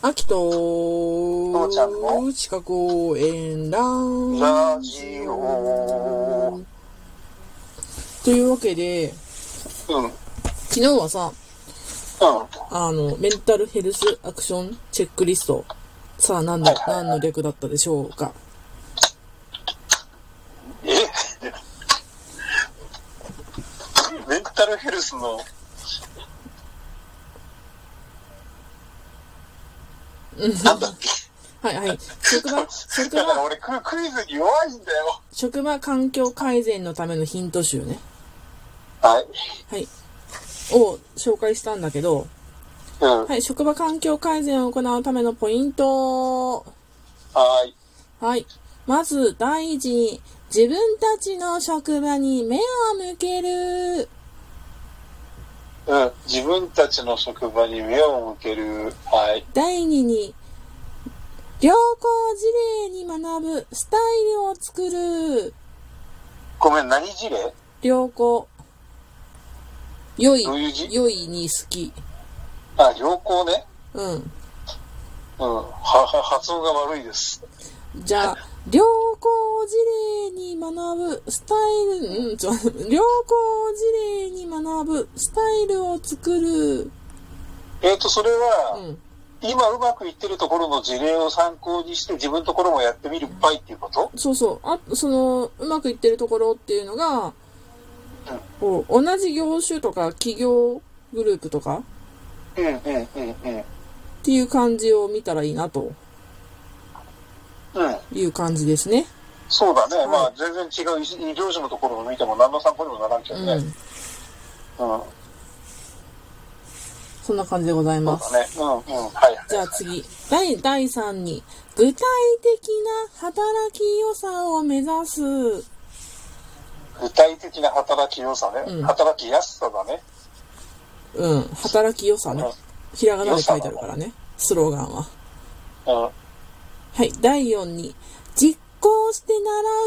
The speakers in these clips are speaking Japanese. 秋と父ちゃんの近公園ラランジオ。というわけでうん。うん。昨日はさあのメンタルヘルスアクションチェックリストさあ何の何の略だったでしょうかえメンタルヘルスの、なんだっけはいはい職場職だから場俺ククイズに弱いんだよ。職場環境改善のためのヒント集ねはい。はいを紹介したんだけどうん。ははい職場環境改善を行うためのポイントーい。はい。まず、第一に、自分たちの職場に目を向ける。うん。自分たちの職場に目を向ける。はい。第二に、良好事例に学ぶ、スタイルを作る。ごめん、何事例良好。良いどういう字、良いに好き。あ、良好ね。うん。うん。は、は、発音が悪いです。じゃあ、良好事例に学ぶ、スタイル、うん、ちょ、良好事例に学ぶ、スタイルを作る。えっ、と、それは、うん。今うまくいってるところの事例を参考にして自分のところもやってみるっぱいっていうことそうそう。あ、その、うまくいってるところっていうのが、こう、同じ業種とか企業グループとかうんうんうんうん。っていう感じを見たらいいなとうん。いう感じですね。そうだね。まあ全然違う異異業種のところを見ても何の参考にもならんけどうね。うん。ん。そんな感じでございまそうす。だね。うんうん。はい。じゃあ次。第、第3に、具体的な働き良さを目指す。具体的な働き良さね。うん働きやすさだね。うん。働き良さね。ひらがなで書いてあるからね。スローガンは。うん。はい。第4に、実行して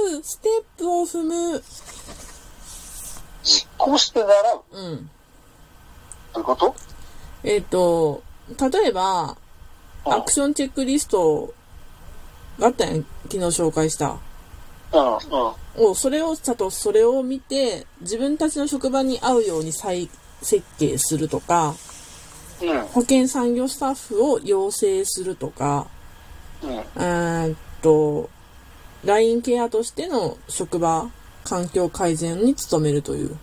習うステップを踏む。実行して習うっうん。ていうことえっ、と、例えば、うんアクションチェックリストがあったやん、昨日紹介した。うんうん。を、それを、ちゃんとそれを見て、自分たちの職場に合うように再設計するとか、うん保険産業スタッフを養成するとか、うん。うーんと、LINE ケアとしての職場環境改善に努めるという。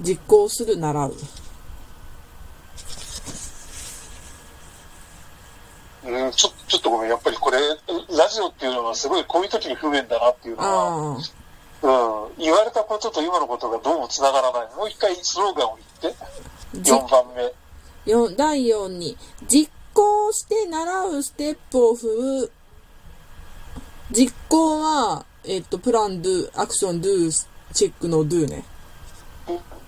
実行する、習う。うん、ちょちょっとごめん、やっぱりこれ、ラジオっていうのはすごいこういう時に不便だなっていうのは、ああ。うん、言われたことと今のことがどうもつながらない。もう一回スローガンを言って。じ4番目。よ第4に、実行して習うステップを踏む。実行は、えっと、プラン、ドゥ、アクション、ドゥ、チェックのドゥね。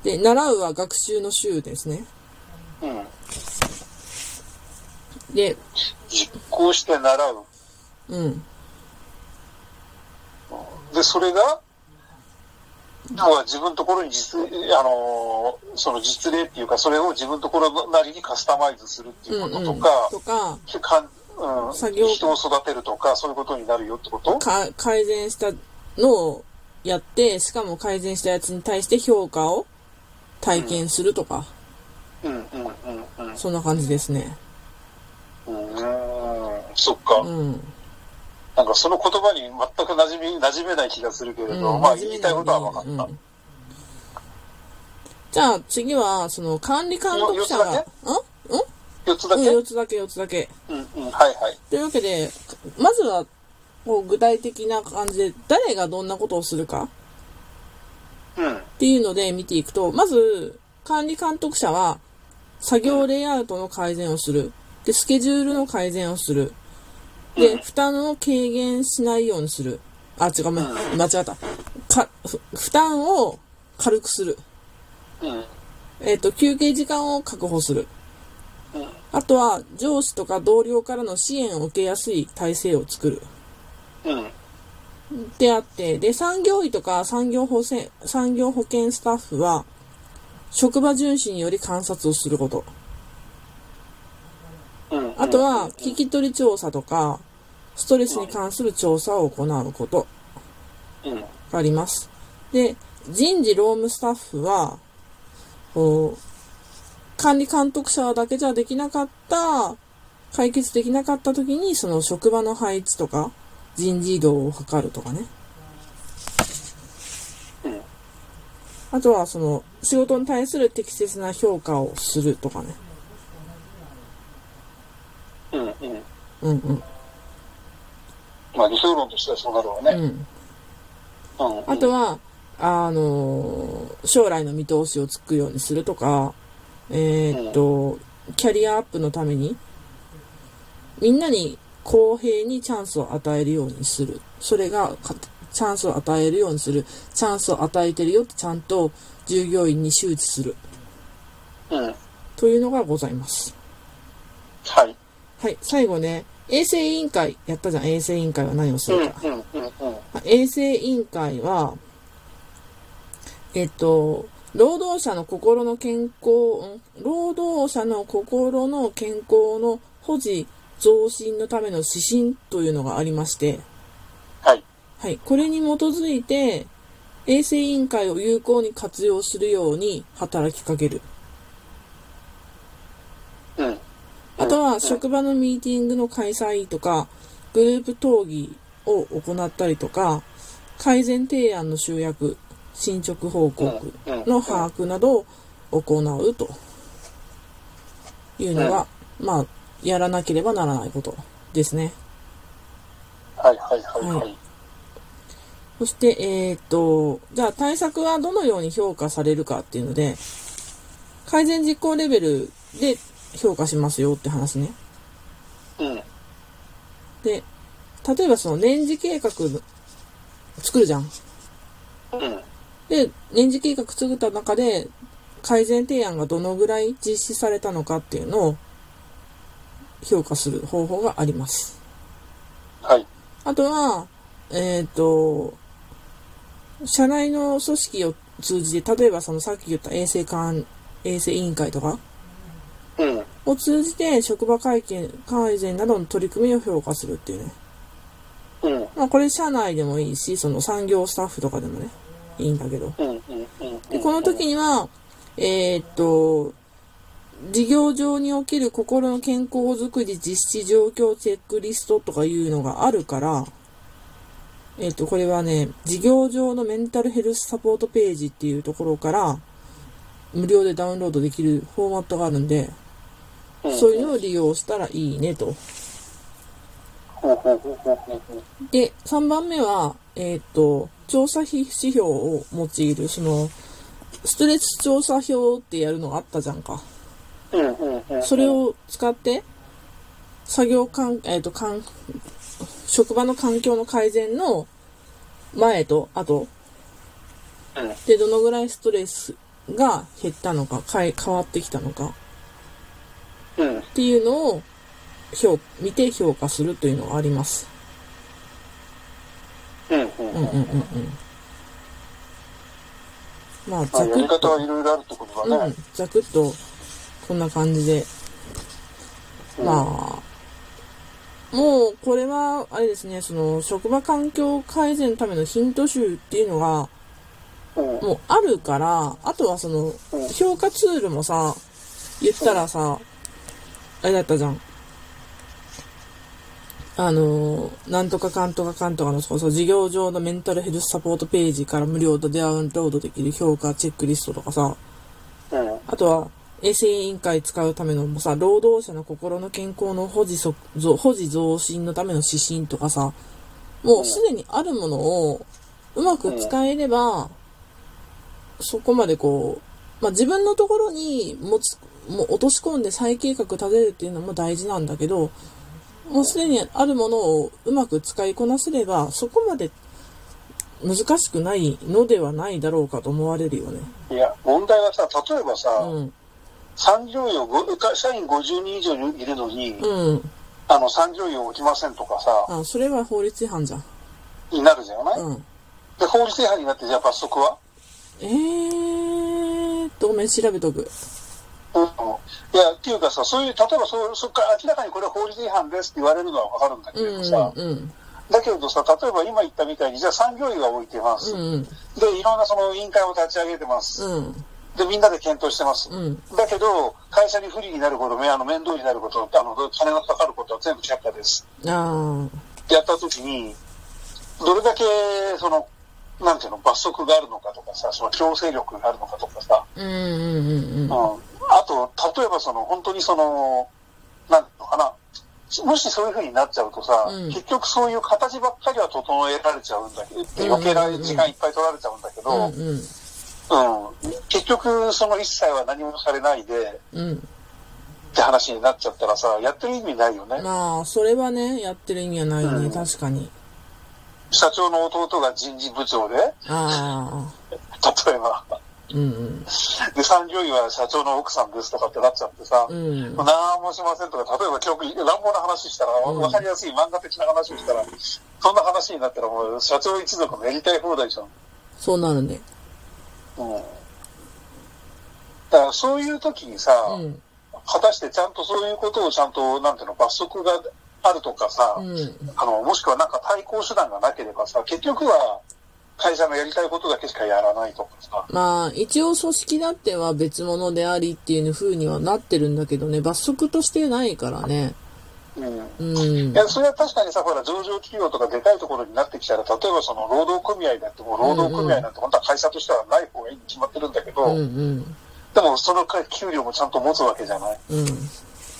で、習うは学習の習ですね。うん。で、実行して習う。うん。で、それが、要は自分のところに実、あのーその実例っていうか、それを自分のところなりにカスタマイズするっていううこんうとん。ととか、か、かんうん、作業人を育てるとか、そういうことになるよってことか改善したのをやって、しかも改善したやつに対して評価を体験するとか、うん、うん、うん、うん。そんな感じですね。うーん、そっか、うん。なんかその言葉に全く馴染み、馴染めない気がするけれど、まあ言いたいことは分かった。うんじゃあ次は、その管理監督者が、んよ4つだうんけ、 ?4 つだけ4つだけ。うん、うん、はいはい。というわけで、まずは、こう具体的な感じで、誰がどんなことをするかうん。っていうので見ていくと、まず、管理監督者は、作業レイアウトの改善をする。で、スケジュールの改善をする。で、負担を軽減しないようにする。あ、違う、間違った。か、ふ負担を軽くする。うん。えっ、と、休憩時間を確保するうん。あとは、上司とか同僚からの支援を受けやすい体制を作る。うん。であって、で、産業医とか産業保険、産業保険スタッフは、職場巡視により観察をすること。うん。とは、聞き取り調査とか、ストレスに関する調査を行うことうん。があります。で、人事労務スタッフは、こう、管理監督者だけじゃできなかった、解決できなかった時に、その職場の配置とか、人事異動を図るとかね。うん。あとは、その、仕事に対する適切な評価をするとかね。うん。うん。うんうん。まあ、理想論としてはそうなるわうね。ん。うん。うんあと、は、あのー将来の見通しをつくようにするとか、えーっと、キャリアアップのために、みんなに公平にチャンスを与えるようにする。それがか、チャンスを与えるようにする。チャンスを与えてるよってちゃんと従業員に周知する。うん。というのがございます。はい。はい、最後ね、衛生委員会、やったじゃん、衛生委員会は何をすうん。るうか。ん。うん。うん。衛生委員会は、えっと、労働者の心の健康、ん労働者の心の健康の保持、増進のための指針というのがありまして、はい。はい、これに基づいて、衛生委員会を有効に活用するように働きかける。うん。あとは、職場のミーティングの開催とか、グループ討議を行ったりとか、改善提案の集約、進捗報告の把握などを行うというのが、まあ、やらなければならないことですね。はい。はい。はい。ははいい。そして、えーっと、じゃあ対策はどのように評価されるかっていうので、改善実行レベルで評価しますよって話ね。うん。で、例えばその年次計画作るじゃん。うん。で、年次計画作った中で、改善提案がどのぐらい実施されたのかっていうのを評価する方法があります。はい。あとは、えっ、と、社内の組織を通じて、例えばそのさっき言った衛生管、衛生委員会とかうん。を通じて職場改善改善などの取り組みを評価するっていうね。うん。まあこれ社内でもいいし、その産業スタッフとかでもね、いいんだけど。うん。うん。うん。で、この時には、えーっと、事業上における心の健康づくり実施状況チェックリストとかいうのがあるから、えーっと、これはね、事業上のメンタルヘルスサポートページっていうところから、無料でダウンロードできるフォーマットがあるんで、うんそういうのを利用したらいいねと。ほうほうほうほうほうほう。で、3番目は、えーっと、調査費指標を用いる、その、ストレス調査表ってやるのがあったじゃんか。うんうんうん。それを使って、作業環、えーっと、環、職場の環境の改善の前と後うん。でどのぐらいストレスが減ったのか、かい変わってきたのかうん。っていうのを評、見て評価するというのがあります。うんうんうんうんうんうん。まあ、まあ、ざやくりっと方はいろいろあるってことだうんね。、ざくっとこんな感じで、まあ、もうこれは、あれですね、その職場環境改善のためのヒント集っていうのが、うん。もうあるから、あとはそのうん、評価ツールもさ、言ったらさ、あれだったじゃん。あのー、なんとかかんとかかんとかの、そうそう、事業上のメンタルヘルスサポートページから無料でダウンロードできる評価チェックリストとかさ、うん。あとは、衛生委員会使うためのさ、労働者の心の健康の保持そ増保持増進のための指針とかさ、もうすでにあるものをうまく使えれば、そこまでこう、まあ、自分のところに持つ、もう落とし込んで再計画立てるっていうのも大事なんだけど、もうすでにあるものをうまく使いこなせれば、そこまで難しくないのではないだろうかと思われるよね。いや、問題はさ、例えばさ、うん。産業用ご、社員50人以上いるのに、うん。あの、産業用置きませんとかさ、あ、それは法律違反じゃん。になるじゃない、うん。で、法律違反になって、じゃあ罰則はえーっと、ごめん、調べとく。うん、いや、っていうかさ、そういう、例えばそうそこから明らかにこれは法律違反ですって言われるのはわかるんだけうれんどさ、うんだけれどさ、例えば今言ったみたいに、じゃあ産業医が置いてます。うんで、いろんなその委員会を立ち上げてます。うんで、みんなで検討してます。うんだけど、会社に不利になること、めあの面倒になること、あの金がかかることは全部却下です。うんあやったときに、どれだけ、その、なんていうの、罰則があるのかとかさ、その強制力があるのかとかさ、あうんうんうんうんうんあと、例えばその、本当にその、なんていうのかな、もしそういう風になっちゃうとさ、うん結局そういう形ばっかりは整えられちゃうんだけど、余計な時間いっぱい取られちゃうんだけど、うんうんうん結局その一切は何もされないで、うんって話になっちゃったらさ、やってる意味ないよね。まあそれはねやってる意味はないね、うん確かに社長の弟が人事部長で、あ例えば、あうんうんで、産業医は社長の奥さんですとかってなっちゃってさ、うもんう何もしませんとか、例えば教育、乱暴な話したら、んわかりやすい漫画的な話をしたら、そんな話になったらもう社長一族のやりたい放題じゃん。そうなるねうん。だからそういう時にさ、うん果たしてちゃんとそういうことをちゃんと、なんていうの、罰則があるとかさ、うんあの、もしくはなんか対抗手段がなければさ、結局は会社のやりたいことだけしかやらないとかさ、まあ一応組織だっては別物でありっていう風にはなってるんだけどね罰則としてないからねうん。うんいや、それは確かにさ、ほら、上場企業とかでかいところになってきたら、例えばその労働組合だって、もう労働組合なんて本当は会社としてはない方がいいに決まってるんだけど、うんうんでもそのか給料もちゃんと持つわけじゃない。うん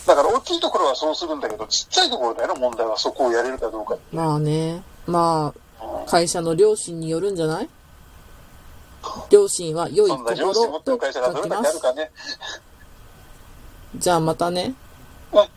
だから大きいところはそうするんだけど、ちっちゃいところだよね、問題はそこをやれるかどうか。まあねまうあ会社の両親によるんじゃない両親は良いとそこんな上司持ろってると会社がど書きれだまけあるすかね。じゃあまたねうん、はい。